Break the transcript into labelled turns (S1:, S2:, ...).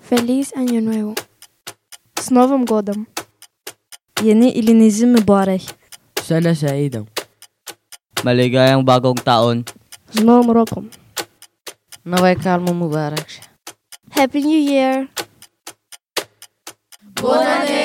S1: Feliz Año Nuevo.
S2: С Новым годом!
S3: Yeni ilinizi mübarek.
S4: Sana Saida. Maligayang bagong taon.
S2: С Новым роком!
S5: Новая кальма Мубаракша.
S1: Happy New Year.
S6: Buona